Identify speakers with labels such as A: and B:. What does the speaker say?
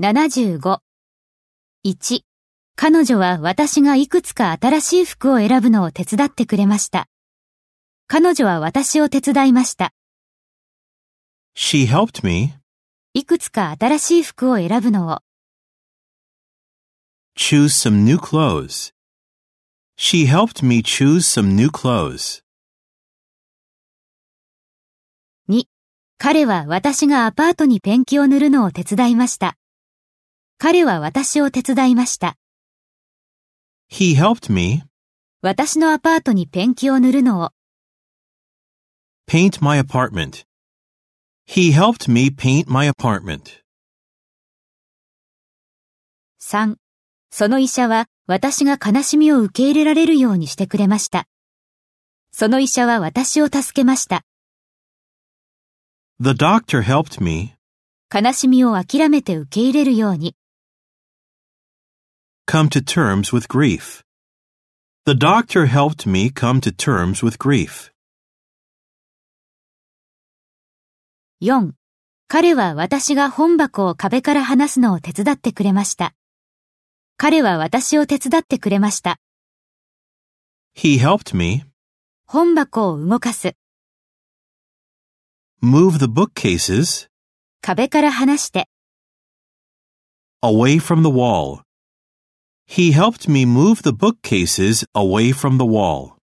A: 75.1. 彼女は私がいくつか新しい服を選ぶのを手伝ってくれました。彼女は私を手伝いました。
B: She helped me
A: いくつか新しい服を選ぶのを。
B: choose some new clothes. She helped me choose some new clothes.
A: 彼は私がアパートにペンキを塗るのを手伝いました。彼は私を手伝いました。
B: He helped me
A: 私のアパートにペンキを塗るのを。
B: paint my apartment. He helped me paint my apartment.
A: 3. その医者は私が悲しみを受け入れられるようにしてくれました。その医者は私を助けました。
B: The doctor helped me
A: 悲しみを諦めて受け入れるように。
B: come to terms with grief. The doctor helped me come to terms with grief.
A: 4. 彼は私が本箱を壁から離すのを手伝ってくれました。彼は私を手伝ってくれました。
B: He helped me
A: 本箱を動かす。
B: move the bookcases
A: 壁から離して。
B: away from the wall. He helped me move the bookcases away from the wall.